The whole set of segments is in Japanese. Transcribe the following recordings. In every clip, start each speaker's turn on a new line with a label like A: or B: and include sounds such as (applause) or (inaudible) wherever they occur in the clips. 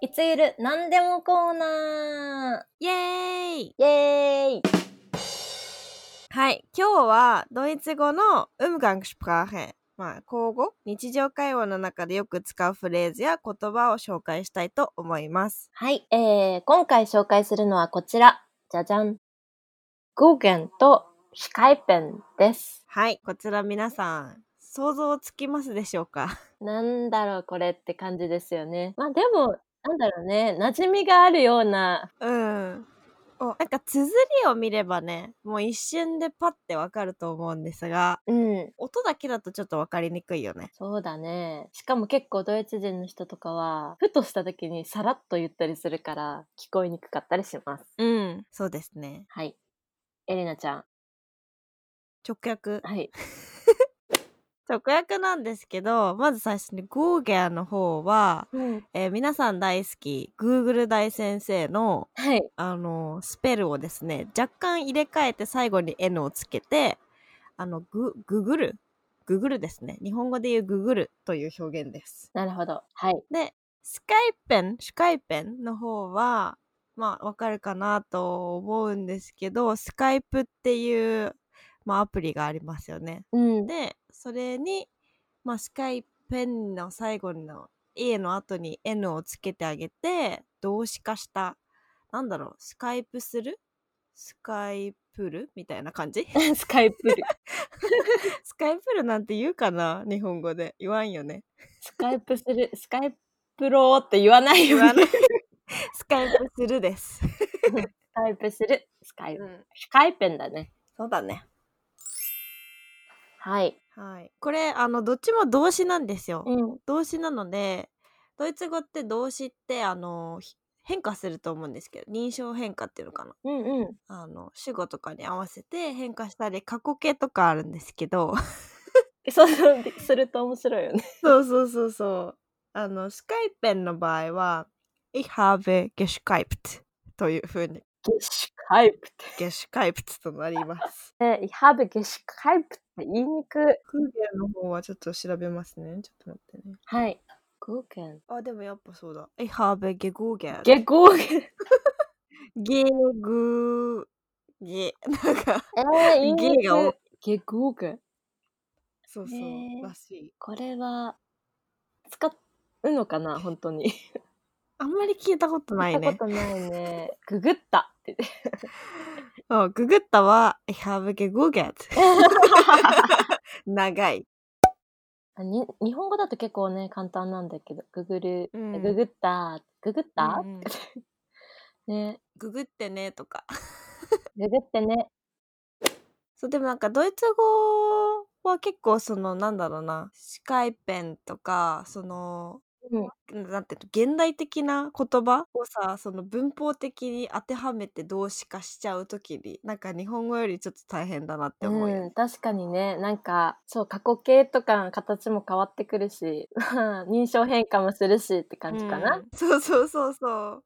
A: いつゆる何でもコーナ
B: イエーイ
A: ーイエーイ
B: はい。今日はドイツ語の Umgangssprache。まあ、口語、日常会話の中でよく使うフレーズや言葉を紹介したいと思います。
A: はい、えー、今回紹介するのはこちら。じゃじゃん。Google とスカイペンです。
B: はい。こちら皆さん、想像つきますでしょうか (laughs)
A: なんだろうこれって感じですよね。まあでも、なんだろうね、馴染みがあるような。
B: うん。おなんか、綴りを見ればね、もう一瞬でパッてわかると思うんですが、
A: うん。
B: 音だけだとちょっとわかりにくいよね。
A: そうだね。しかも結構ドイツ人の人とかは、ふとした時にさらっと言ったりするから、聞こえにくかったりします。
B: うん。そうですね。
A: はい。エレナちゃ
B: 直訳
A: ん。。はい。
B: 直訳なんですけど、まず最初にゴーゲアの方は、
A: うん。
B: えー皆さん大好き Google 大先生の、
A: はい。
B: あのースペルをですね若干入れ替えて最後に N をつけてあのグググルググルですね日本語で言うググルという表現です
A: なるほど。はい。
B: でスカイペンスカイペンの方はまあわかるかなと思うんですけどスカイプっていう、まあ、アプリがありますよね
A: うん。
B: でそれに、まあ、スカイペンの最後の A の後に N をつけてあげて動詞化したなんだろうスカイプするスカイプルみたいな感じ
A: (laughs)
B: (laughs)
A: スカイプル。
B: スカイプルなんて言うかな日本語で言わんよね
A: スカイプする、スカイプローって言わないよ、ね、
B: 言わないスカイプするです、
A: スカイプする。スカイプ。
B: ん、
A: スカイペンだね。
B: そうだね
A: はい。
B: はいこれあのどっちも動詞なんですよ、
A: うん。
B: 動詞なのでドイツ語って動詞ってあのひ変化すると思うんですけど認証変化っていうのかな
A: うんうん。
B: あの主語とかに合わせて変化したり過去形とかあるんですけど (laughs)
A: そうそう、すると面白い (laughs) よね。
B: そうそうそうそうあのスカイペンの場合は「Ich habe geskypt」というふうに
A: スカイプって。
B: 「geskypt」となり (laughs) ます。
A: え、ich habe geskypt って言いにく。
B: クーゲンの方はちょっと調べますね。ちょっと待ってね。
A: はい。ゴーゲン。
B: あ、でもやっぱそうだ。Ich habe gegoogen。
A: ゲゴー (laughs) ゲン。
B: ゲグーゲ (laughs) なんか
A: えー、言いにくい
B: ゲが多い
A: ゲゴーゲン。
B: そうそう、
A: ねえ
B: らしい。
A: これは、使うのかな本当に。
B: あんまり聞いたことない
A: 聞い
B: ね
A: た。ことないね。ググ (laughs) ったって言って。
B: うんググったは Ich habe gegoogelt。長い。
A: あに日本語だと結構ね簡単なんだけどググる、
B: うん
A: ググったググった、
B: うんうん
A: (laughs) ね
B: ググってねとか。 (laughs)
A: ググってね
B: そうでもなんかドイツ語は結構そのなんだろうなスカイペンとかその、なんていうの現代的な言葉をさその文法的に当てはめて動詞化しちゃうときになんか日本語よりちょっと大変だなって思うよね
A: ん、確かにねなんかそう過去形とかの形も変わってくるし (laughs) 認証変化もするしって感じかな、
B: うんそうそうそうそう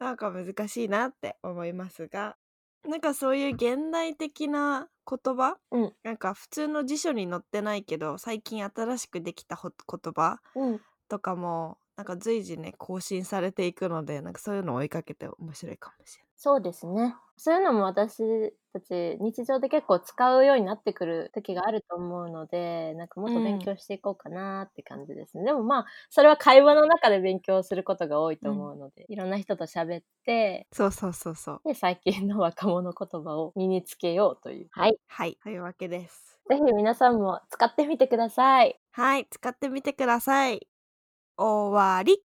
B: なんか難しいなって思いますがなんかそういう現代的な言葉、
A: うん
B: なんか普通の辞書に載ってないけど最近新しくできたほ言葉
A: うん
B: とかもなんか随時ね更新されていくのでなんかそういうのを追いかけて面白いかもしれ
A: そうですねそういうのも私たち日常で結構使うようになってくる時があると思うのでなんかもっと勉強していこうかなって感じですね、でもまあそれは会話の中で勉強することが多いと思うので、いろんな人と喋って
B: ないそうそうそうそう
A: で最近の若者言葉を身につけようというはい
B: はいというわけです
A: ぜひ皆さんも使ってみてください
B: はい使ってみてください終わり